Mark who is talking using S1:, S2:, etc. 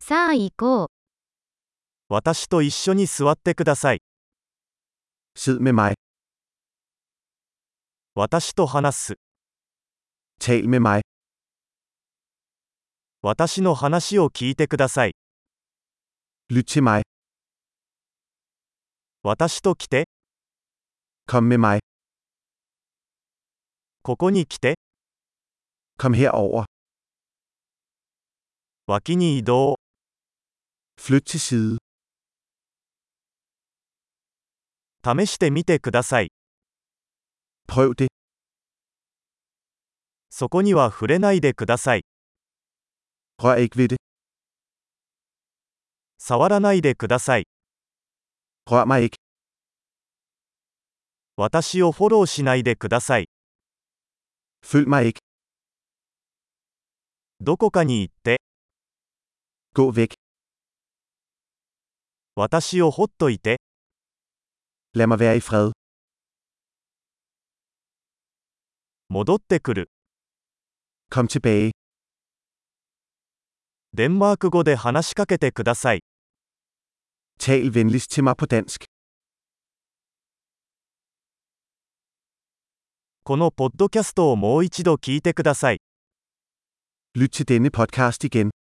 S1: さあ行こう。
S2: 私と一緒に座ってください。
S3: Sid med mig.
S2: 私と話す。
S3: Tal med mig.
S2: 私の話を聞いてください。
S3: Lyt til mig.
S2: 私と来て、
S3: Kom med mig.
S2: ここに来て、
S3: Kom herover.
S2: 脇に移動、
S3: Flyt til side.
S2: 試してみてください。
S3: Prøv det.
S2: そこには触れないでください。
S3: Rør ikke ved det.
S2: 触らないでください。
S3: Rør mig ikke.
S2: 私をフォローしないでください。
S3: Følg mig ikke.
S2: どこかに行って、
S3: Gå væk.
S2: 私をほっといて、
S3: Lad mig være i fred.
S2: 戻ってくる。
S3: Kom tilbage.
S2: デンマーク語で話しかけてください。
S3: Tal venligst til mig på dansk.
S2: このポッドキャストをもう一度聞いてください。
S3: Lyt til denne podcast igen.